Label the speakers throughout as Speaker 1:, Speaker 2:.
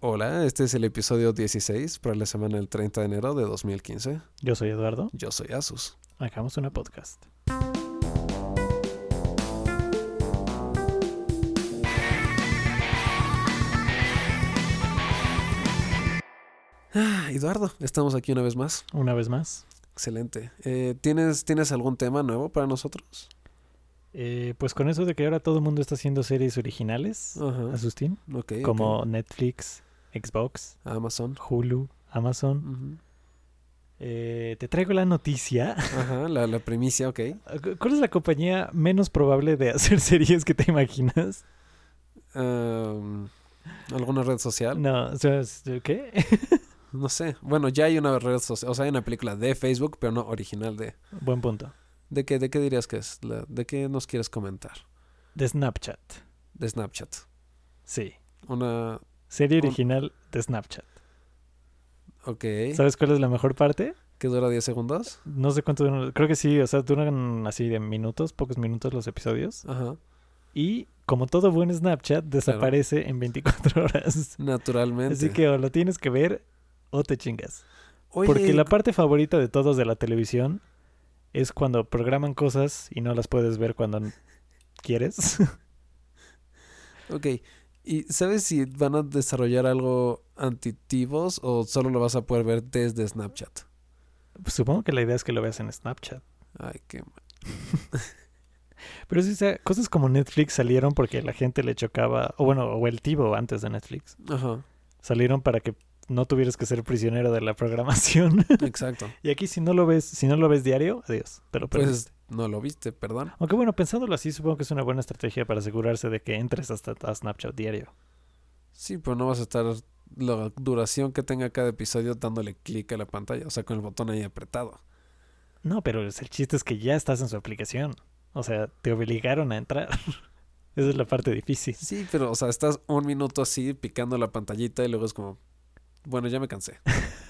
Speaker 1: Hola, este es el episodio 16 para la semana del 30 de enero de 2015.
Speaker 2: Yo soy Eduardo.
Speaker 1: Yo soy Asus.
Speaker 2: Hagamos una podcast.
Speaker 1: Ah, Eduardo, estamos aquí una vez más.
Speaker 2: Una vez más.
Speaker 1: Excelente. Eh, ¿tienes, ¿Tienes algún tema nuevo para nosotros?
Speaker 2: Eh, pues con eso de que ahora todo el mundo está haciendo series originales,
Speaker 1: Ajá.
Speaker 2: Asustín,
Speaker 1: Ah, Ok. ok.
Speaker 2: como Netflix, Xbox,
Speaker 1: Amazon.
Speaker 2: Hulu, Amazon.
Speaker 1: Ujú.
Speaker 2: Eh, te traigo la noticia.
Speaker 1: Ajá, la, la primicia, ok.
Speaker 2: ¿Cuál es la compañía menos probable de hacer series que te imaginas?
Speaker 1: Am, ¿Alguna red social?
Speaker 2: No, o sea, es- ¿qué?
Speaker 1: No sé. Bueno, ya hay una red social. O sea, hay una película de Facebook, pero no original de.
Speaker 2: Buen punto.
Speaker 1: ¿De qué, de qué dirías que es? La- ¿De qué nos quieres comentar?
Speaker 2: De Snapchat.
Speaker 1: De Snapchat.
Speaker 2: Sí.
Speaker 1: Una.
Speaker 2: Serie
Speaker 1: Un-
Speaker 2: original de Snapchat.
Speaker 1: Ok.
Speaker 2: ¿Sabes cuál es la mejor parte?
Speaker 1: ¿Que dura 10 segundos?
Speaker 2: No sé cuánto duran. Creo que sí, o sea, duran así de minutos, pocos minutos los episodios.
Speaker 1: Ajá.
Speaker 2: Y como todo buen Snapchat, desaparece en 24 horas.
Speaker 1: Naturalmente.
Speaker 2: Así que o lo tienes que ver o te chingas.
Speaker 1: Oye,
Speaker 2: Porque la parte favorita de todos de la televisión es cuando programan cosas y no las puedes ver cuando n- quieres.
Speaker 1: Ok. ¿Y sabes si van a desarrollar algo antitivos o solo lo vas a poder ver desde Snapchat?
Speaker 2: Pues Supongo que la idea es que lo veas en Snapchat.
Speaker 1: Ay, qué mal.
Speaker 2: Pero sí, o sea, cosas como Netflix salieron porque la gente le chocaba, o bueno, o el tivo antes de Netflix.
Speaker 1: Ajá.
Speaker 2: salieron para que no tuvieras que ser prisionero de la programación.
Speaker 1: Exacto.
Speaker 2: y aquí si no lo ves, si no lo ves diario, adiós, te lo pierdes.
Speaker 1: Pues no lo viste, perdón.
Speaker 2: Aunque bueno, pensándolo así, supongo que es una buena estrategia para asegurarse de que entres hasta a Snapchat diario.
Speaker 1: Sí, pero no vas a estar la duración que tenga cada episodio dándole clic a la pantalla, o sea, con el botón ahí apretado.
Speaker 2: No, pero es- el chiste es que ya estás en su aplicación. O sea, te obligaron a entrar. Esa es la parte difícil.
Speaker 1: Sí, pero, o sea, estás un minuto así picando la pantallita y luego es como, bueno, ya me cansé.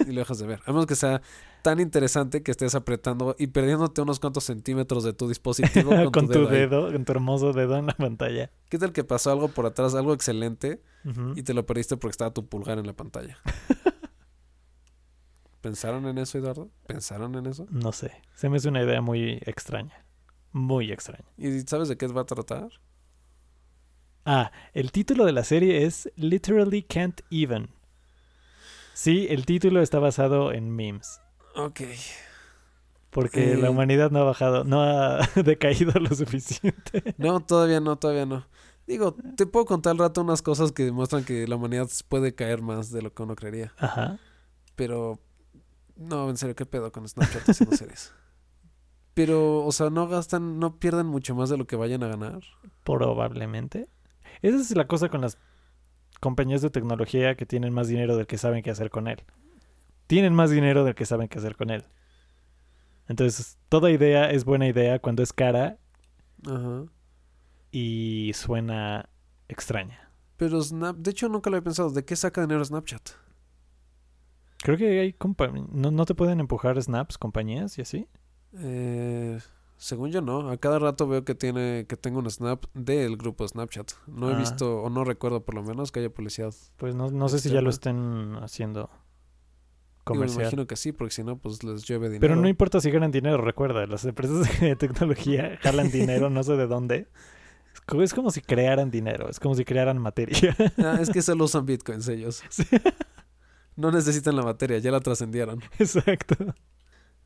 Speaker 1: Y lo dejas de ver. A menos que sea tan interesante que estés apretando y perdiéndote unos cuantos centímetros de tu dispositivo con,
Speaker 2: Con,
Speaker 1: tu,
Speaker 2: tu
Speaker 1: dedo. ahí.
Speaker 2: dedo, con tu hermoso dedo en la pantalla.
Speaker 1: ¿Qué tal que pasó algo por atrás, algo excelente,
Speaker 2: Ujú.
Speaker 1: y te lo perdiste porque estaba tu pulgar en la pantalla? ¿Pensaron en eso, Eduardo? ¿Pensaron en eso?
Speaker 2: No sé. Se me hace una idea muy extraña. Muy extraña.
Speaker 1: ¿Y sabes de qué va a tratar?
Speaker 2: Ah, el título de la serie es Literally Can't Even. Sí, el título está basado en memes.
Speaker 1: Ok.
Speaker 2: Porque
Speaker 1: Eh.
Speaker 2: la humanidad no ha bajado, no ha decaído lo suficiente.
Speaker 1: No, todavía no, todavía no. Digo, te puedo contar al rato unas cosas que demuestran que la humanidad puede caer más de lo que uno creería.
Speaker 2: Ajá.
Speaker 1: Pero, no, en serio, ¿qué pedo con Snapchat haciendo series? Pero, o sea, no gastan, no pierden mucho más de lo que vayan a ganar.
Speaker 2: Probablemente. Esa es la cosa con las compañías de tecnología que tienen más dinero del que saben qué hacer con él. Tienen más dinero del que saben qué hacer con él. Entonces, toda idea es buena idea cuando es cara
Speaker 1: Ajá.
Speaker 2: y suena extraña.
Speaker 1: Pero Snap, de hecho nunca lo había pensado, ¿de qué saca dinero Snapchat?
Speaker 2: Creo que hay compa- no, no te pueden empujar snaps, compañías y así.
Speaker 1: Eh, según yo no, a cada rato veo que tiene que tengo un snap del grupo Snapchat. No he
Speaker 2: Ah.
Speaker 1: visto o no recuerdo por lo menos que haya publicidad.
Speaker 2: Pues no, no sé si ya lo estén haciendo
Speaker 1: Digo, me
Speaker 2: comercial.
Speaker 1: imagino que sí, porque si no pues les llueve dinero.
Speaker 2: Pero no importa si ganan dinero, recuerda, las empresas de tecnología jalan dinero, no sé de dónde. Es co- Es como si crearan dinero, es como si crearan materia.
Speaker 1: Ah, es que solo usan bitcoins ellos.
Speaker 2: Sí.
Speaker 1: No necesitan la materia, ya la trascendieron.
Speaker 2: Exacto.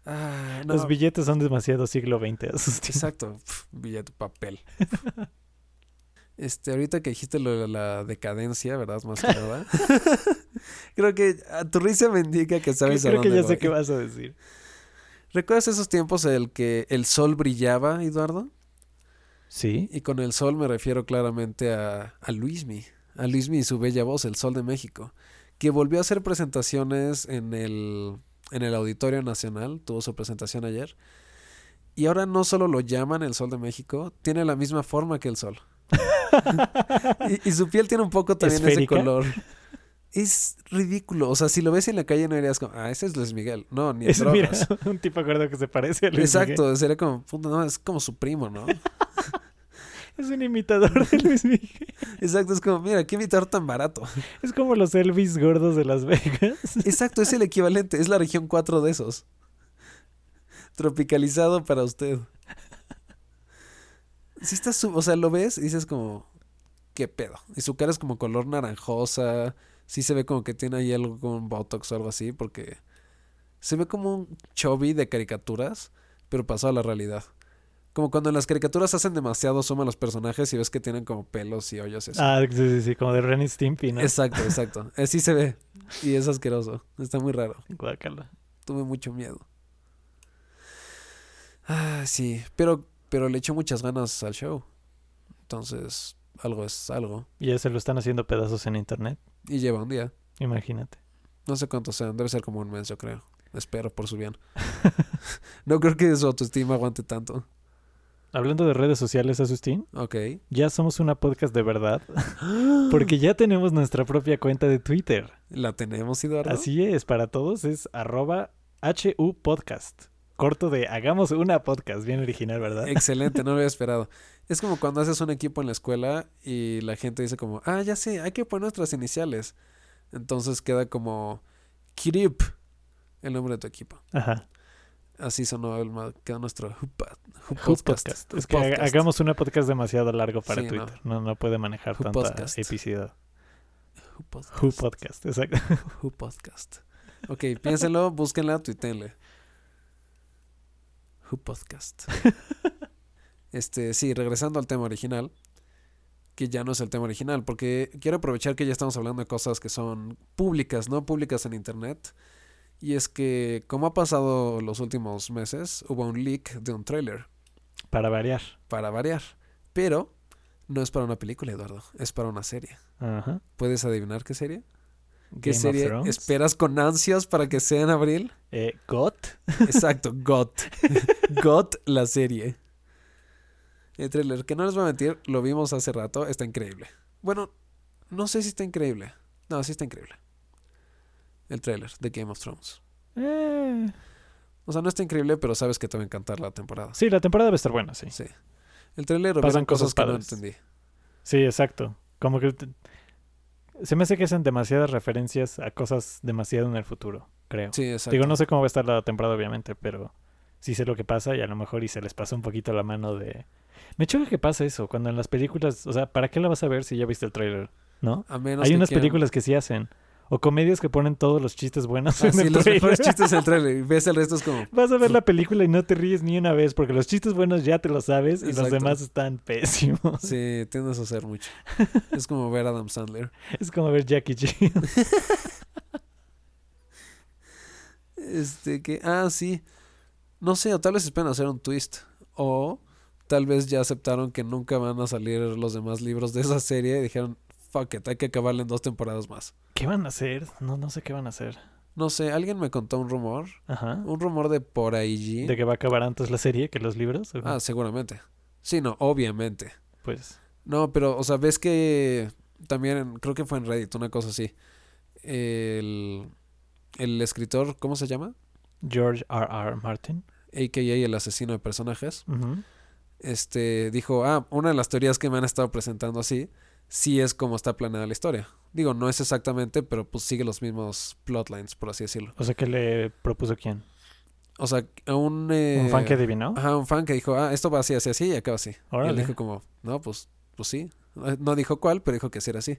Speaker 1: Ah, no.
Speaker 2: Los billetes son demasiado siglo XX. Asustín.
Speaker 1: Exacto, pf, billete de papel. Este, ahorita que dijiste lo de la decadencia, ¿verdad? Más que nada. Creo que a tu risa me indica que sabes a
Speaker 2: Creo que
Speaker 1: dónde
Speaker 2: ya sé
Speaker 1: voy.
Speaker 2: qué vas a decir.
Speaker 1: ¿Recuerdas esos tiempos en el que el sol brillaba, Eduardo?
Speaker 2: Sí.
Speaker 1: Y con el sol me refiero claramente a, a Luismi, a Luismi y su bella voz, el sol de México, que volvió a hacer presentaciones en el, en el Auditorio Nacional, tuvo su presentación ayer, y ahora no solo lo llaman el sol de México, tiene la misma forma que el sol. y, y su piel tiene un poco también
Speaker 2: ¿Esférica?
Speaker 1: ese color. Es ridículo, o sea, si lo ves en la calle no dirías como, ah, ese es Luis Miguel, no, ni en
Speaker 2: Es, mira,
Speaker 1: drogas.
Speaker 2: un tipo acuerdo que se parece a Luis Miguel.
Speaker 1: Exacto, sería como, puta, no, es como su primo, ¿no?
Speaker 2: Es un imitador de Luis Miguel.
Speaker 1: Exacto, es como, mira, qué imitador tan barato.
Speaker 2: Es como los Elvis gordos de Las Vegas.
Speaker 1: Exacto, es el equivalente, es la región 4 de esos. Tropicalizado para usted. Si estás, su- o sea, lo ves y dices como, qué pedo. Y su cara es como color naranjosa. Sí se ve como que tiene ahí algo con Botox o algo así, porque se ve como un chubby de caricaturas, pero pasado a la realidad. Como cuando en las caricaturas hacen demasiado suma a los personajes y ves que tienen como pelos y hoyos y así.
Speaker 2: Ah, sí, sí, sí, como de Ren y Stimpy, ¿no?
Speaker 1: Exacto, exacto. Así se ve. Y es asqueroso. Está muy raro.
Speaker 2: Guácala.
Speaker 1: Tuve mucho miedo. Ah, sí. Pero, pero le eché muchas ganas al show. Entonces, algo es algo.
Speaker 2: Y ya se lo están haciendo pedazos en internet.
Speaker 1: Y lleva un día.
Speaker 2: Imagínate.
Speaker 1: No sé cuántos sean. Debe ser como un mes, yo creo. Espero por su bien. no creo que su autoestima aguante tanto.
Speaker 2: Hablando de redes sociales, Asustín,
Speaker 1: Ok.
Speaker 2: ya somos una podcast de verdad. Porque ya tenemos nuestra propia cuenta de Twitter.
Speaker 1: La tenemos, Eduardo.
Speaker 2: Así es, para todos es arroba HU Podcast. Corto de hagamos una podcast. Bien original, ¿verdad?
Speaker 1: Eh, Excelente, no lo había esperado. Es como cuando haces un equipo en la escuela y la gente dice como, ah, ya sé, hay que poner nuestras iniciales. Entonces queda como Kirip, el nombre de tu equipo.
Speaker 2: Ajá.
Speaker 1: Así sonó el ma- queda nuestro Hupa-
Speaker 2: Who
Speaker 1: Hupodcast.
Speaker 2: podcast. Es que
Speaker 1: Hupodcast.
Speaker 2: haga- hagamos una podcast demasiado largo para
Speaker 1: Sí, no.
Speaker 2: Twitter. No. No, puede manejar
Speaker 1: Who
Speaker 2: tanta
Speaker 1: podcast.
Speaker 2: epicidad.
Speaker 1: Hupodcast.
Speaker 2: Who podcast, exacto.
Speaker 1: Hupodcast. Ok, piénsenlo, búsquenla, tuitenle. Hupodcast. Este, sí, regresando al tema original, que ya no es el tema original, porque quiero aprovechar que ya estamos hablando de cosas que son públicas, no públicas en internet. Y es que, como ha pasado los últimos meses, hubo un leak de un tráiler,
Speaker 2: Para variar.
Speaker 1: para variar. Pero no es para una película, Eduardo, es para una serie.
Speaker 2: Ajá.
Speaker 1: ¿Puedes adivinar qué serie? ¿Qué
Speaker 2: Game of
Speaker 1: serie
Speaker 2: Thrones.
Speaker 1: esperas con ansias para que sea en abril?
Speaker 2: Eh, God.
Speaker 1: Exacto, GOT. GOT la serie. El trailer, que no les voy a mentir, lo vimos hace rato, está increíble. Bueno, no sé si está increíble. No, sí está increíble. El trailer de Game of Thrones.
Speaker 2: Eh,
Speaker 1: O sea, no está increíble, pero sabes que te va a encantar la temporada.
Speaker 2: Sí, la temporada debe estar buena, sí.
Speaker 1: Sí. El trailer
Speaker 2: Pasan
Speaker 1: hubieron cosas,
Speaker 2: cosas
Speaker 1: que no
Speaker 2: padres.
Speaker 1: entendí.
Speaker 2: Sí, exacto. Como que te- se me hace que hacen demasiadas referencias a cosas demasiado en el futuro, creo.
Speaker 1: Sí, exacto.
Speaker 2: Digo, no sé cómo va a estar la temporada, obviamente, pero sí sé lo que pasa y a lo mejor y se les pasa un poquito la mano de... Me choca que pasa eso, cuando en las películas, o sea, ¿para qué la vas a ver si ya viste el tráiler? ¿No?
Speaker 1: A menos
Speaker 2: Hay
Speaker 1: que
Speaker 2: unas
Speaker 1: quieran-
Speaker 2: películas que sí hacen. O comedias que ponen todos los chistes buenos
Speaker 1: Ah,
Speaker 2: en
Speaker 1: sí,
Speaker 2: el
Speaker 1: los
Speaker 2: tráiler.
Speaker 1: mejores chistes del trailer. Y ves el resto es como...
Speaker 2: Vas a ver la película y no te ríes ni una vez porque los chistes buenos ya te los sabes y los
Speaker 1: Exacto.
Speaker 2: demás están pésimos.
Speaker 1: Sí, tiendes a hacer mucho. Es como ver a Adam Sandler.
Speaker 2: Es como ver Jackie Chan.
Speaker 1: Este que, ah, sí. No sé, o tal vez esperan hacer un twist. O tal vez ya aceptaron que nunca van a salir los demás libros de esa serie y dijeron, fuck it, hay que acabarla en dos temporadas más.
Speaker 2: ¿Qué van a hacer? No, no sé qué van a hacer.
Speaker 1: No sé, alguien me contó un rumor.
Speaker 2: Ajá.
Speaker 1: Un rumor de por ahí.
Speaker 2: ¿De que va a acabar antes la serie que los libros? ¿O qué?
Speaker 1: Ah, seguramente. Sí, no, obviamente.
Speaker 2: Pues
Speaker 1: No, pero, o sea, ves que también, en- creo que fue en Reddit, una cosa así. El, el escritor, ¿cómo se llama?
Speaker 2: George R. R. Martin.
Speaker 1: AKA el asesino de personajes.
Speaker 2: Ujú.
Speaker 1: este, dijo, ah, una de las teorías que me han estado presentando así, sí es como está planeada la historia. Digo, no es exactamente, pero pues sigue los mismos plotlines, por así decirlo.
Speaker 2: O sea, que le propuso quién?
Speaker 1: O sea, a un... eh,
Speaker 2: ¿Un fan que adivinó?
Speaker 1: Ajá, un fan que dijo, ah, esto va así, así, así, y acaba así. Y él
Speaker 2: Órale.
Speaker 1: dijo como, no, pues, pues sí. Eh, No dijo cuál, pero dijo que sí era así.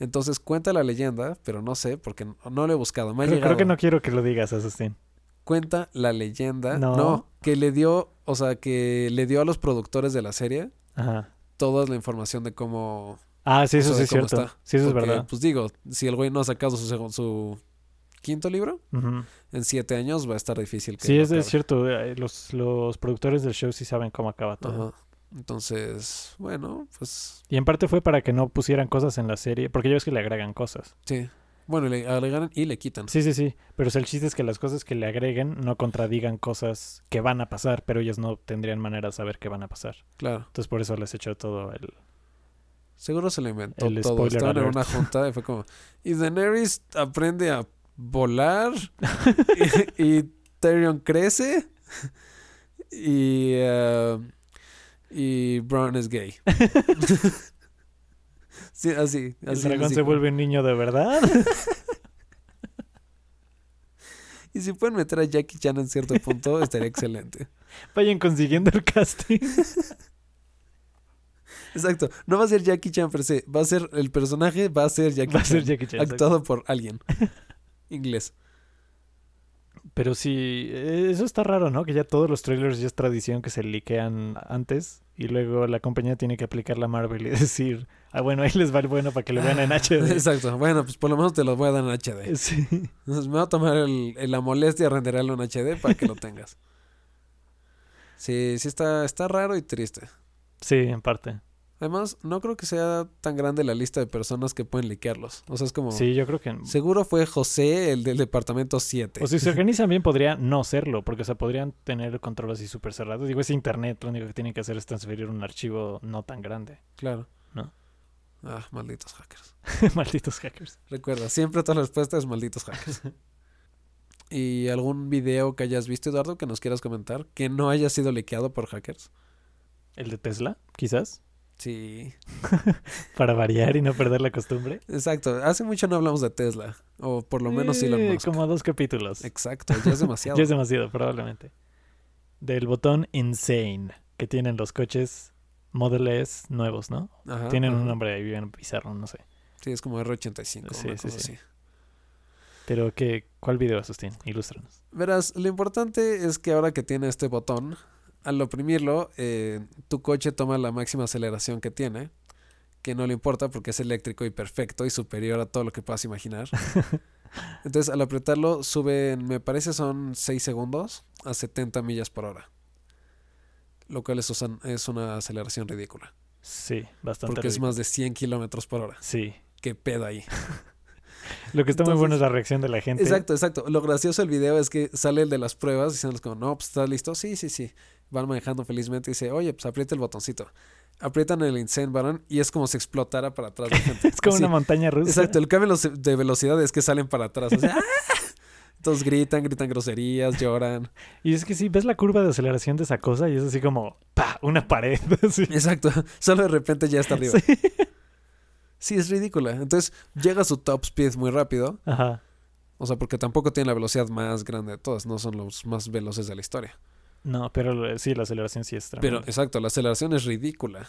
Speaker 1: Entonces cuenta la leyenda, pero no sé, porque no, no lo he buscado. Me ha
Speaker 2: Creo, creo
Speaker 1: llegado.
Speaker 2: que no quiero que lo digas, Asustín.
Speaker 1: Cuenta la leyenda.
Speaker 2: No.
Speaker 1: no, que le dio, o sea, que le dio a los productores de la serie
Speaker 2: Ajá.
Speaker 1: toda la información de cómo
Speaker 2: Ah, sí, eso
Speaker 1: sea,
Speaker 2: sí
Speaker 1: de
Speaker 2: es
Speaker 1: cómo
Speaker 2: cierto.
Speaker 1: está.
Speaker 2: Sí, eso es
Speaker 1: Porque,
Speaker 2: verdad.
Speaker 1: Pues digo, si el güey no ha sacado su, segun- su quinto libro,
Speaker 2: Ujú.
Speaker 1: en siete años va a estar difícil que
Speaker 2: Sí,
Speaker 1: lo
Speaker 2: es, es
Speaker 1: acabe.
Speaker 2: cierto. eh, Los, los productores del show sí saben cómo acaba todo.
Speaker 1: Ajá. Entonces, bueno, pues
Speaker 2: Y en parte fue para que no pusieran cosas en la serie, porque ya ves que le agregan cosas.
Speaker 1: sí. Bueno, le agregan y le quitan.
Speaker 2: Sí, sí, sí. Pero o sea, el chiste es que las cosas que le agreguen no contradigan cosas que van a pasar, pero ellos no tendrían manera de saber que van a pasar.
Speaker 1: Claro.
Speaker 2: Entonces por eso les echó todo el...
Speaker 1: Seguro se lo inventó
Speaker 2: El
Speaker 1: todo.
Speaker 2: spoiler
Speaker 1: Estaban en
Speaker 2: alert.
Speaker 1: una junta y fue como, y Daenerys aprende a volar y, y Tyrion crece y eh, Y Brown es gay. sí, así.
Speaker 2: El
Speaker 1: así
Speaker 2: dragón
Speaker 1: así.
Speaker 2: se vuelve un niño de verdad.
Speaker 1: Y si pueden meter a Jackie Chan en cierto punto, estaría excelente.
Speaker 2: Vayan consiguiendo el casting.
Speaker 1: Exacto. No va a ser Jackie Chan per se. Va a ser el personaje, va a ser Jackie
Speaker 2: Va a
Speaker 1: Chan.
Speaker 2: ser Jackie Chan. exacto.
Speaker 1: actuado por alguien. Inglés.
Speaker 2: Pero sí, eh, eso está raro, ¿no? Que ya todos los trailers ya es tradición que se liquean antes y luego la compañía tiene que aplicar la Marvel y decir, ah, bueno, ahí les va el bueno para que lo vean en HD.
Speaker 1: Exacto. Bueno, pues por lo menos te los voy a dar en HD.
Speaker 2: Sí.
Speaker 1: Entonces me voy a tomar el- el- la molestia de renderarlo en HD para que lo tengas. Sí, sí está, está raro y triste.
Speaker 2: sí, en parte.
Speaker 1: Además, no creo que sea tan grande la lista de personas que pueden liquearlos. O sea, es como...
Speaker 2: Sí, yo creo que...
Speaker 1: Seguro fue José, el del departamento 7.
Speaker 2: O si se organizan bien, podría no serlo, porque o sea, podrían tener el control así súper cerrado. Digo, es internet, lo único que tienen que hacer es transferir un archivo no tan grande.
Speaker 1: claro.
Speaker 2: No.
Speaker 1: Ah, malditos hackers.
Speaker 2: Malditos hackers.
Speaker 1: Recuerda, siempre toda la respuesta es malditos hackers. ¿Y algún video que hayas visto, Eduardo, que nos quieras comentar? Que no haya sido liqueado por hackers.
Speaker 2: El de Tesla, quizás,
Speaker 1: Sí.
Speaker 2: para variar y no perder la costumbre.
Speaker 1: Exacto. Hace mucho no hablamos de Tesla. O por lo menos Elon
Speaker 2: Eh,
Speaker 1: Musk.
Speaker 2: Como dos capítulos.
Speaker 1: Exacto, ya es demasiado.
Speaker 2: Ya es demasiado, probablemente. Del botón Insane que tienen los coches Model S nuevos, ¿no?
Speaker 1: Ajá,
Speaker 2: tienen
Speaker 1: Ah, ajá.
Speaker 2: un nombre ahí bien bizarro, no sé.
Speaker 1: Sí, es como R85.
Speaker 2: Sí,
Speaker 1: una
Speaker 2: sí,
Speaker 1: cosa
Speaker 2: sí.
Speaker 1: así.
Speaker 2: Pero, ¿qué, ¿cuál video, Sustín? Ilústranos.
Speaker 1: Verás, lo importante es que ahora que tiene este botón, al oprimirlo, eh, tu coche toma la máxima aceleración que tiene, que no le importa porque es eléctrico y perfecto y superior a todo lo que puedas imaginar. Entonces, al apretarlo, sube, en- me parece son 6 segundos a 70 millas por hora. Lo cual es, usan- es una aceleración ridícula.
Speaker 2: Sí, bastante.
Speaker 1: Porque es
Speaker 2: ridículo.
Speaker 1: más de 100 kilómetros por hora.
Speaker 2: Sí.
Speaker 1: ¿Qué pedo ahí?
Speaker 2: Lo que está muy
Speaker 1: Entonces-
Speaker 2: bueno es la reacción de la gente.
Speaker 1: Exacto, exacto. Lo gracioso del video es que sale el de las pruebas diciéndoles como, no, pues estás listo. Sí, sí, sí. Van manejando felizmente y dice, oye, pues aprieta el botoncito. Aprietan el insane button y es como si explotara para atrás la gente.
Speaker 2: Es como
Speaker 1: Así.
Speaker 2: una montaña rusa.
Speaker 1: Exacto, el cambio veloci- de velocidad es que salen para atrás. así, ¡ah! Entonces gritan, gritan groserías, lloran.
Speaker 2: Y es que sí, ves la curva de aceleración de esa cosa y es así como, pa, una pared. así.
Speaker 1: Exacto, solo de repente ya está arriba.
Speaker 2: Sí.
Speaker 1: Sí, es ridícula. Entonces llega a su top speed muy rápido.
Speaker 2: Ajá.
Speaker 1: O sea, porque tampoco tiene la velocidad más grande de todas. No son los más veloces de la historia.
Speaker 2: No, pero lo- sí, la aceleración sí es
Speaker 1: Pero
Speaker 2: tremenda.
Speaker 1: exacto, la aceleración es ridícula.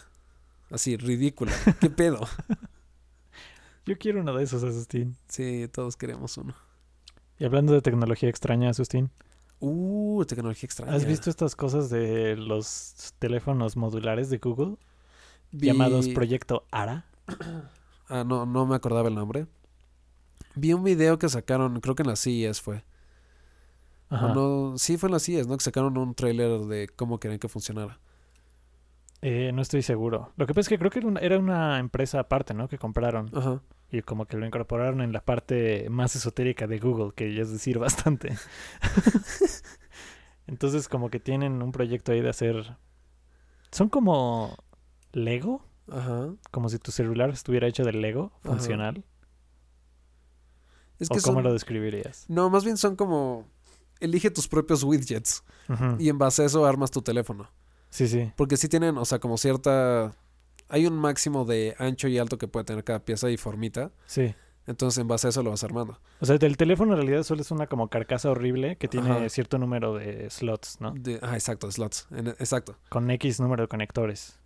Speaker 1: Así, ridícula. ¿Qué pedo?
Speaker 2: Yo quiero uno de esos, Asustín.
Speaker 1: Sí, todos queremos uno.
Speaker 2: Y hablando de tecnología extraña, Asustín,
Speaker 1: Uh, tecnología extraña.
Speaker 2: ¿Has visto estas cosas de los teléfonos modulares de Google
Speaker 1: Vi-
Speaker 2: llamados Proyecto ARA?
Speaker 1: Ah, no, no me acordaba el nombre. Vi un video que sacaron, creo que en las CES fue. O
Speaker 2: Ajá.
Speaker 1: no, sí fue en las CES, ¿no? Que sacaron un tráiler de cómo querían que funcionara.
Speaker 2: Eh, no estoy seguro. Lo que pasa es que creo que era una, era una empresa aparte, ¿no? Que compraron
Speaker 1: Ajá.
Speaker 2: y como que lo incorporaron en la parte más esotérica de Google, que ya es decir bastante. Entonces como que tienen un proyecto ahí de hacer... Son como Lego,
Speaker 1: Ajá.
Speaker 2: como si tu celular estuviera hecho de Lego
Speaker 1: Ajá.
Speaker 2: funcional.
Speaker 1: Es
Speaker 2: ¿O
Speaker 1: que
Speaker 2: cómo
Speaker 1: son...
Speaker 2: lo describirías?
Speaker 1: No, más bien son como... Elige tus propios widgets
Speaker 2: Ujú.
Speaker 1: y en base a eso armas tu teléfono.
Speaker 2: Sí, sí.
Speaker 1: Porque sí tienen, o sea, como cierta... Hay un máximo de ancho y alto que puede tener cada pieza y formita.
Speaker 2: Sí.
Speaker 1: Entonces, en base a eso lo vas armando.
Speaker 2: O sea, el teléfono en realidad solo es una como carcasa horrible que tiene
Speaker 1: Ajá.
Speaker 2: cierto número de slots, ¿no?
Speaker 1: De- ah, exacto, slots. en- exacto.
Speaker 2: Con X número de conectores.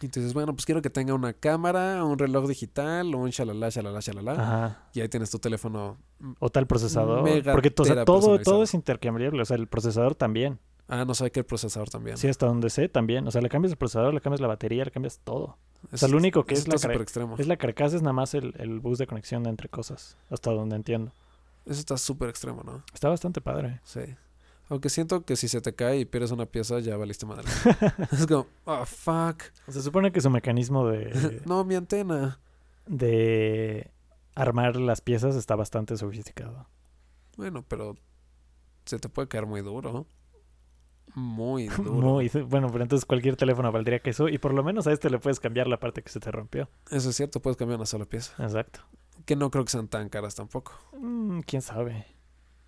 Speaker 1: Y tú dices, bueno, pues quiero que tenga una cámara, un reloj digital, un shalala, shalala, shalala.
Speaker 2: Ajá.
Speaker 1: Y ahí tienes tu teléfono.
Speaker 2: O tal procesador.
Speaker 1: Mega
Speaker 2: Porque o sea,
Speaker 1: tera
Speaker 2: todo,
Speaker 1: personalizado.
Speaker 2: todo es intercambiable. O sea, el procesador también.
Speaker 1: Ah, no sé qué procesador también.
Speaker 2: Sí, hasta donde sé, también. O sea, le cambias el procesador, le cambias la batería, le cambias todo.
Speaker 1: Es-
Speaker 2: sea, lo único que
Speaker 1: eso
Speaker 2: es la
Speaker 1: está
Speaker 2: cara-
Speaker 1: súper extremo.
Speaker 2: Es la carcasa, es nada más el, el bus de conexión de entre cosas. Hasta donde entiendo.
Speaker 1: Eso está súper extremo, ¿no?
Speaker 2: Está bastante padre.
Speaker 1: Sí. Aunque siento que si se te cae y pierdes una pieza, ya valiste madre. es como, ah, fuck.
Speaker 2: Se supone que su mecanismo de,
Speaker 1: no, mi antena.
Speaker 2: de armar las piezas está bastante sofisticado.
Speaker 1: Bueno, pero se te puede caer muy duro. Muy duro.
Speaker 2: Muy, bueno, pero entonces cualquier teléfono valdría que eso. Y por lo menos a este le puedes cambiar la parte que se te rompió.
Speaker 1: Eso es cierto, puedes cambiar una sola pieza.
Speaker 2: Exacto.
Speaker 1: Que no creo que sean tan caras tampoco.
Speaker 2: Mm, ¿Quién sabe?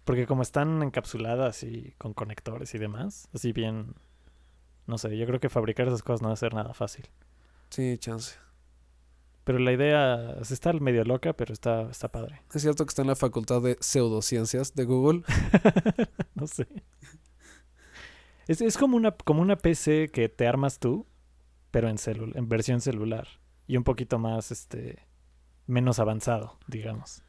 Speaker 2: Porque como están encapsuladas y con conectores y demás, así bien No sé, yo creo que fabricar esas cosas no va a ser nada fácil.
Speaker 1: Sí, chance.
Speaker 2: Pero la idea o sea, está medio loca, pero está, está padre.
Speaker 1: Es cierto que está en la Facultad de Pseudociencias de Google.
Speaker 2: no sé. Es, es como, una, como una PC que te armas tú, pero en, celu- en versión celular. Y un poquito más, este, menos avanzado, digamos.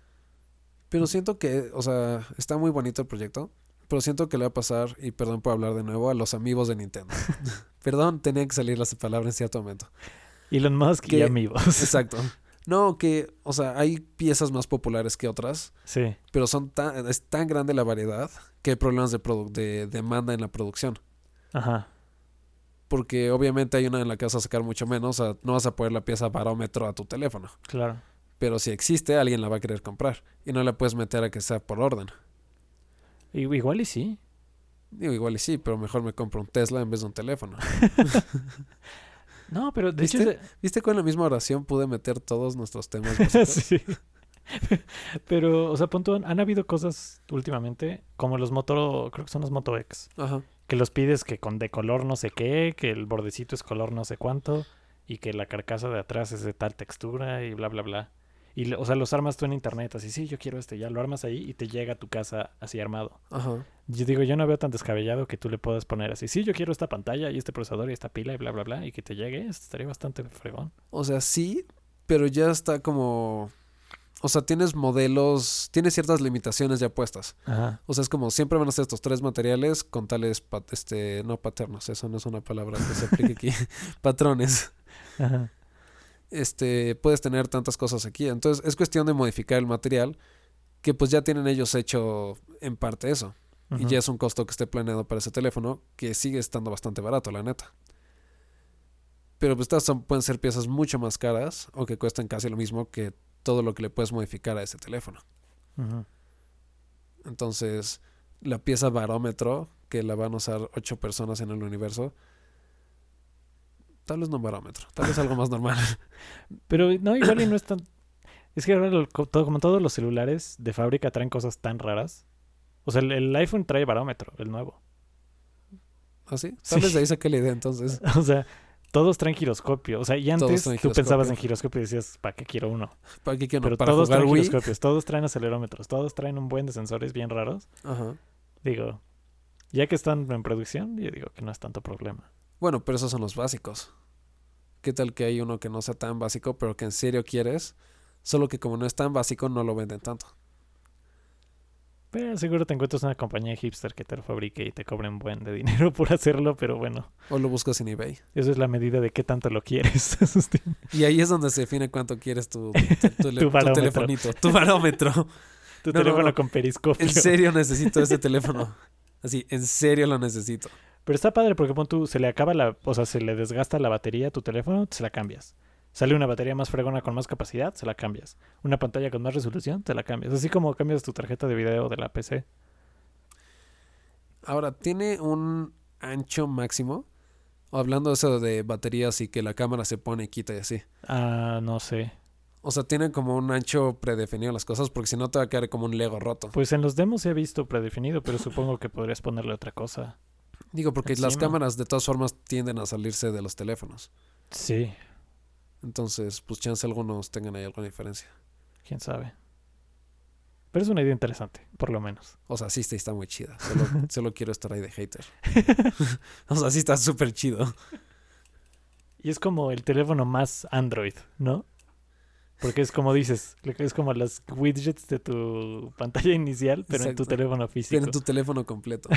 Speaker 1: Pero siento que, o sea, está muy bonito el proyecto. Pero siento que le va a pasar, y perdón por hablar de nuevo, a los amigos de Nintendo. perdón, tenía que salir las palabras en cierto momento.
Speaker 2: Elon Musk y
Speaker 1: Que-
Speaker 2: amigos.
Speaker 1: Exacto. No, que, o sea, hay piezas más populares que otras,
Speaker 2: Sí,
Speaker 1: pero son tan, es tan grande la variedad que hay problemas de, produ- de demanda en la producción.
Speaker 2: ajá.
Speaker 1: Porque obviamente hay una en la que vas a sacar mucho menos, o sea, no vas a poner la pieza barómetro a tu teléfono.
Speaker 2: Claro.
Speaker 1: Pero si existe, alguien la va a querer comprar. Y no la puedes meter a que sea por orden.
Speaker 2: I- Igual y sí.
Speaker 1: Digo, igual y sí, pero mejor me compro un Tesla en vez de un teléfono.
Speaker 2: No, pero de hecho...
Speaker 1: ¿Viste?
Speaker 2: es-
Speaker 1: ¿Viste cómo en la misma oración pude meter todos nuestros temas?
Speaker 2: sí. Pero, o sea, punto, han habido cosas últimamente, como los Moto, creo que son los Moto X,
Speaker 1: Ajá.
Speaker 2: que los pides que con de color no sé qué, que el bordecito es color no sé cuánto, y que la carcasa de atrás es de tal textura y bla, bla, bla. Y, lo- o sea, los armas tú en internet, así, sí, yo quiero este, ya lo armas ahí y te llega a tu casa así armado.
Speaker 1: Ajá.
Speaker 2: Yo digo, yo no veo tan descabellado que tú le puedas poner así, sí, yo quiero esta pantalla y este procesador y esta pila y bla, bla, bla, y que te llegue, estaría bastante fregón.
Speaker 1: O sea, sí, pero ya está como... O sea, tienes modelos, tienes ciertas limitaciones ya puestas.
Speaker 2: Ajá.
Speaker 1: O sea, es como siempre van a ser estos tres materiales con tales, pat- este, no paternos, eso no es una palabra que se aplique aquí, patrones.
Speaker 2: Ajá.
Speaker 1: este, puedes tener tantas cosas aquí. Entonces es cuestión de modificar el material, que pues ya tienen ellos hecho en parte eso. Y
Speaker 2: Ujú.
Speaker 1: ya es un costo que esté planeado para ese teléfono, que sigue estando bastante barato, la neta. Pero pues estas son- pueden ser piezas mucho más caras o que cuestan casi lo mismo que todo lo que le puedes modificar a ese teléfono.
Speaker 2: Ujú.
Speaker 1: Entonces, la pieza barómetro, que la van a usar ocho personas en el universo, tal vez no un barómetro, tal vez algo más normal.
Speaker 2: Pero no, igual y no es tan... Es que ahora lo- co- todo- como todos los celulares de fábrica traen cosas tan raras. O sea, el, el iPhone trae barómetro, el nuevo.
Speaker 1: ¿Así? Tal
Speaker 2: Sí.
Speaker 1: vez de ahí saqué la idea entonces.
Speaker 2: O sea, todos traen giroscopio. O sea, y antes
Speaker 1: traen
Speaker 2: tú
Speaker 1: giroscopio.
Speaker 2: pensabas en giroscopio y decías, ¿para qué quiero uno?
Speaker 1: ¿Para qué quiero?
Speaker 2: Pero
Speaker 1: ¿Para
Speaker 2: todos
Speaker 1: jugar
Speaker 2: traen
Speaker 1: Wii?
Speaker 2: giroscopios, todos traen acelerómetros, todos traen un buen de sensores bien raros.
Speaker 1: Ajá.
Speaker 2: Digo, ya que están en producción, yo digo que no es tanto problema.
Speaker 1: Bueno, pero esos son los básicos. ¿Qué tal que hay uno que no sea tan básico, pero que en serio quieres? Solo que como no es tan básico, no lo venden tanto.
Speaker 2: Pero seguro te encuentras una compañía hipster que te lo fabrique y te cobren buen de dinero por hacerlo, pero bueno,
Speaker 1: O lo buscas en eBay.
Speaker 2: eso es la medida de qué tanto lo quieres.
Speaker 1: Y ahí es donde se define cuánto quieres tu, tu, tu- tu
Speaker 2: barómetro.
Speaker 1: telefonito, tu barómetro.
Speaker 2: Tu
Speaker 1: No, no,
Speaker 2: teléfono
Speaker 1: no.
Speaker 2: con periscopio.
Speaker 1: En serio necesito ese teléfono. Así, en serio lo necesito.
Speaker 2: Pero está padre porque pon tú, se le acaba la, o sea, se le desgasta la batería a tu teléfono, se la cambias. Sale una batería más fregona con más capacidad, se la cambias. Una pantalla con más resolución, te la cambias. Así como cambias tu tarjeta de video de la PC.
Speaker 1: Ahora, ¿tiene un ancho máximo? Hablando de eso de baterías y que la cámara se pone y quita y así.
Speaker 2: Ah, no sé.
Speaker 1: O sea, tiene como un ancho predefinido las cosas, porque si no te va a quedar como un Lego roto.
Speaker 2: Pues en los demos he visto predefinido, pero supongo que podrías ponerle otra cosa.
Speaker 1: Digo, porque las
Speaker 2: Encima.
Speaker 1: cámaras de todas formas tienden a salirse de los teléfonos.
Speaker 2: Sí,
Speaker 1: Entonces, pues chance algunos tengan ahí alguna diferencia.
Speaker 2: quién sabe. Pero es una idea interesante, por lo menos.
Speaker 1: O sea, sí está, está muy chida. Solo, solo quiero estar ahí de hater. o sea, sí está súper chido.
Speaker 2: Y es como el teléfono más Android, ¿no? Porque es como dices, le- es como las widgets de tu pantalla inicial, pero en tu
Speaker 1: Exacto.
Speaker 2: teléfono físico.
Speaker 1: Tiene tu teléfono completo.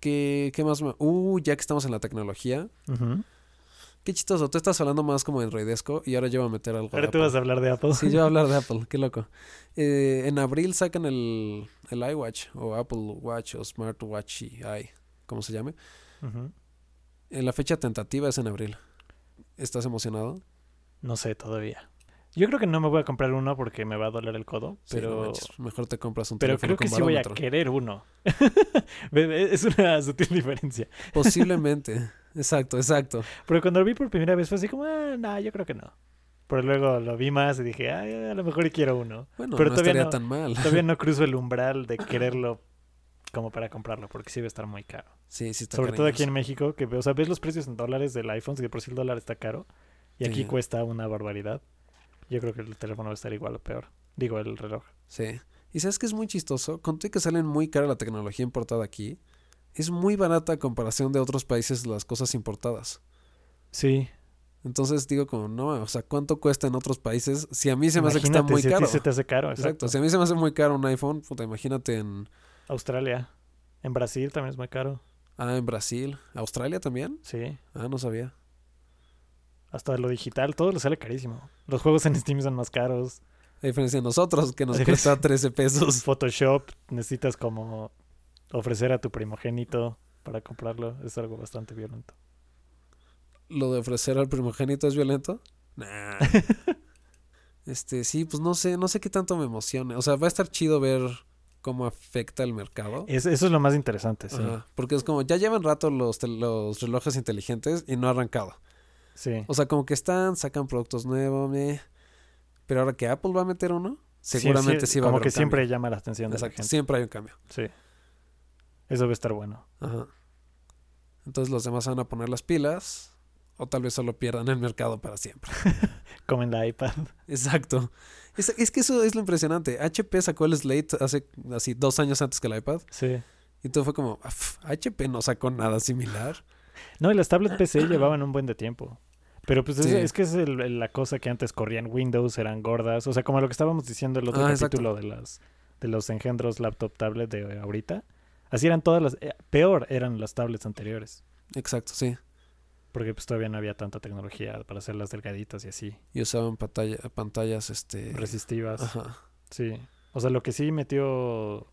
Speaker 1: ¿Qué, qué más? me- Uh, ya que estamos en la tecnología.
Speaker 2: Ujú.
Speaker 1: Qué chistoso. Tú estás hablando más como en Roidesco y ahora yo voy a meter algo. de
Speaker 2: Ahora tú
Speaker 1: Apple.
Speaker 2: vas a hablar de Apple.
Speaker 1: Sí, yo voy a hablar de Apple. Qué loco. Eh, en abril sacan el, el iWatch o Apple Watch o Smartwatch y i, como se llame.
Speaker 2: Ujú.
Speaker 1: Eh, La fecha tentativa es en abril. ¿Estás emocionado?
Speaker 2: No sé todavía. Yo creo que no me voy a comprar uno porque me va a doler el codo,
Speaker 1: Sí, no
Speaker 2: pero,
Speaker 1: manches, mejor te compras un
Speaker 2: pero
Speaker 1: teléfono
Speaker 2: creo que
Speaker 1: con
Speaker 2: sí voy a
Speaker 1: barómetro.
Speaker 2: querer uno. es una sutil diferencia.
Speaker 1: Posiblemente. exacto, exacto.
Speaker 2: Pero cuando lo vi por primera vez fue así como, ah, no, yo creo que no. Pero luego lo vi más y dije, "Ay, a lo mejor y quiero uno.
Speaker 1: Bueno,
Speaker 2: Pero
Speaker 1: no
Speaker 2: todavía
Speaker 1: estaría
Speaker 2: no.
Speaker 1: tan mal.
Speaker 2: Todavía no cruzo el umbral de quererlo como para comprarlo, porque sí va a estar muy caro.
Speaker 1: Sí, sí está
Speaker 2: Sobre todo aquí
Speaker 1: cariñoso.
Speaker 2: en México, que o sea, ves los precios en dólares del iPhone, que de por si el dólar está caro, y aquí
Speaker 1: Sí.
Speaker 2: cuesta una barbaridad. Yo creo que el teléfono va a estar igual o peor. Digo, el reloj.
Speaker 1: Sí. Y sabes que es muy chistoso. Con todo y que salen muy cara la tecnología importada aquí, es muy barata a comparación de otros países las cosas importadas.
Speaker 2: Sí.
Speaker 1: Entonces digo como, no, o sea, ¿cuánto cuesta en otros países? Si a mí se me hace que está
Speaker 2: Imagínate,
Speaker 1: muy
Speaker 2: si a ti
Speaker 1: caro.
Speaker 2: se te hace caro,
Speaker 1: Exacto.
Speaker 2: exacto.
Speaker 1: Si a mí se me hace muy caro un iPhone, puta, imagínate en,
Speaker 2: Australia. En Brasil también es muy caro.
Speaker 1: ah, en Brasil, Australia también.
Speaker 2: Sí.
Speaker 1: Ah, no sabía.
Speaker 2: Hasta lo digital, todo le sale carísimo. Los juegos en Steam son más caros.
Speaker 1: A diferencia de nosotros, que nos
Speaker 2: Sí.
Speaker 1: cuesta 13 pesos.
Speaker 2: Photoshop necesitas como ofrecer a tu primogénito para comprarlo. Es algo bastante violento.
Speaker 1: Lo de ofrecer al primogénito es violento. Nah. este, sí, pues no sé, no sé qué tanto me emocione. O sea, va a estar chido ver cómo afecta el mercado.
Speaker 2: Es- eso es lo más interesante, sí.
Speaker 1: Ajá, porque es como, ya llevan rato los, tel- los relojes inteligentes y no ha arrancado.
Speaker 2: Sí.
Speaker 1: O sea, como que están, sacan productos nuevos, meh. pero ahora que Apple va a meter uno, seguramente sí, va a
Speaker 2: Como
Speaker 1: haber
Speaker 2: que
Speaker 1: un cambio.
Speaker 2: siempre llama la atención de
Speaker 1: Exacto,
Speaker 2: la gente.
Speaker 1: siempre hay un cambio.
Speaker 2: Sí. Eso va a estar bueno.
Speaker 1: Ajá. Entonces los demás van a poner las pilas o tal vez solo pierdan el mercado para siempre.
Speaker 2: Como en la iPad.
Speaker 1: Exacto. Es, es que eso es lo impresionante. HP sacó el Slate hace así dos años antes que el iPad
Speaker 2: Sí.
Speaker 1: y todo fue como, "Ah, pf, HP no sacó nada similar.
Speaker 2: No, y las tablets PC llevaban un buen de tiempo. Pero pues es,
Speaker 1: Sí.
Speaker 2: es que es el- el- la cosa que antes corrían Windows, eran gordas. O sea, como lo que estábamos diciendo el otro
Speaker 1: Ah, exacto.
Speaker 2: capítulo de, las, de los engendros laptop tablet de ahorita. Así eran todas las... eh, peor eran las tablets anteriores.
Speaker 1: Exacto, sí.
Speaker 2: Porque pues todavía no había tanta tecnología para hacerlas delgaditas y así.
Speaker 1: Y usaban pantalla, pantallas, este...
Speaker 2: Resistivas.
Speaker 1: Ajá.
Speaker 2: Sí. O sea, lo que sí metió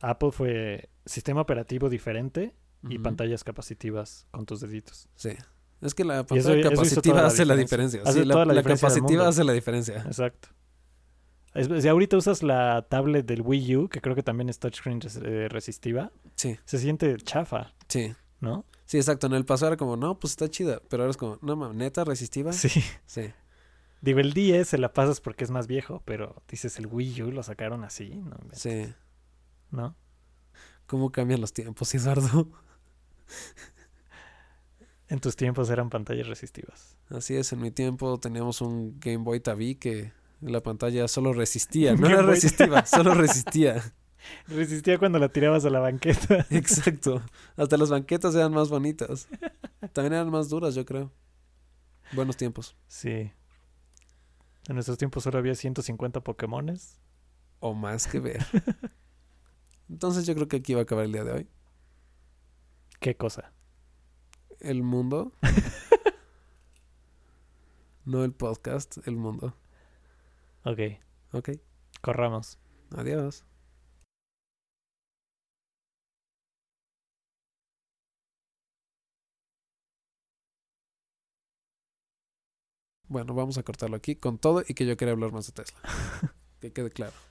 Speaker 2: Apple fue sistema operativo diferente y
Speaker 1: Ujú.
Speaker 2: pantallas capacitivas con tus deditos.
Speaker 1: Sí. Es que la
Speaker 2: eso-
Speaker 1: pantalla
Speaker 2: eso hizo
Speaker 1: capacitiva
Speaker 2: toda la
Speaker 1: hace la
Speaker 2: diferencia.
Speaker 1: diferencia.
Speaker 2: Hace
Speaker 1: sí, la,
Speaker 2: toda la
Speaker 1: la
Speaker 2: diferencia del
Speaker 1: capacitiva
Speaker 2: mundo.
Speaker 1: hace la diferencia.
Speaker 2: Exacto. Es- si ahorita usas la tablet del Wii U, que creo que también es touchscreen res- eh, resistiva,
Speaker 1: Sí,
Speaker 2: se siente chafa,
Speaker 1: sí.
Speaker 2: ¿no?
Speaker 1: Sí, exacto. En el paso era como, no, pues está chida. Pero ahora es como, no mames, neta, resistiva. Sí.
Speaker 2: Sí. Digo, el 10 se la pasas porque es más viejo, pero dices el Wii U lo sacaron así, ¿no?
Speaker 1: Sí.
Speaker 2: ¿No?
Speaker 1: ¿Cómo cambian los tiempos, Eduardo?
Speaker 2: En tus tiempos eran pantallas resistivas.
Speaker 1: Así es, en mi tiempo teníamos un Game Boy Tabí que la pantalla solo resistía.
Speaker 2: Un
Speaker 1: No
Speaker 2: Game
Speaker 1: era
Speaker 2: Boy-
Speaker 1: resistiva, solo resistía.
Speaker 2: Resistía cuando la tirabas a la banqueta.
Speaker 1: Exacto. Hasta las banquetas eran más bonitas. También eran más duras, yo creo. Buenos tiempos.
Speaker 2: Sí. En nuestros tiempos solo había 150 Pokémones.
Speaker 1: o más que ver. Entonces yo creo que aquí va a acabar el día de hoy.
Speaker 2: ¿Qué cosa?
Speaker 1: El mundo. no el podcast, el mundo.
Speaker 2: Ok,
Speaker 1: Ok,
Speaker 2: corramos.
Speaker 1: adiós. Bueno, vamos a cortarlo aquí con todo y que yo quería hablar más de Tesla. que quede claro.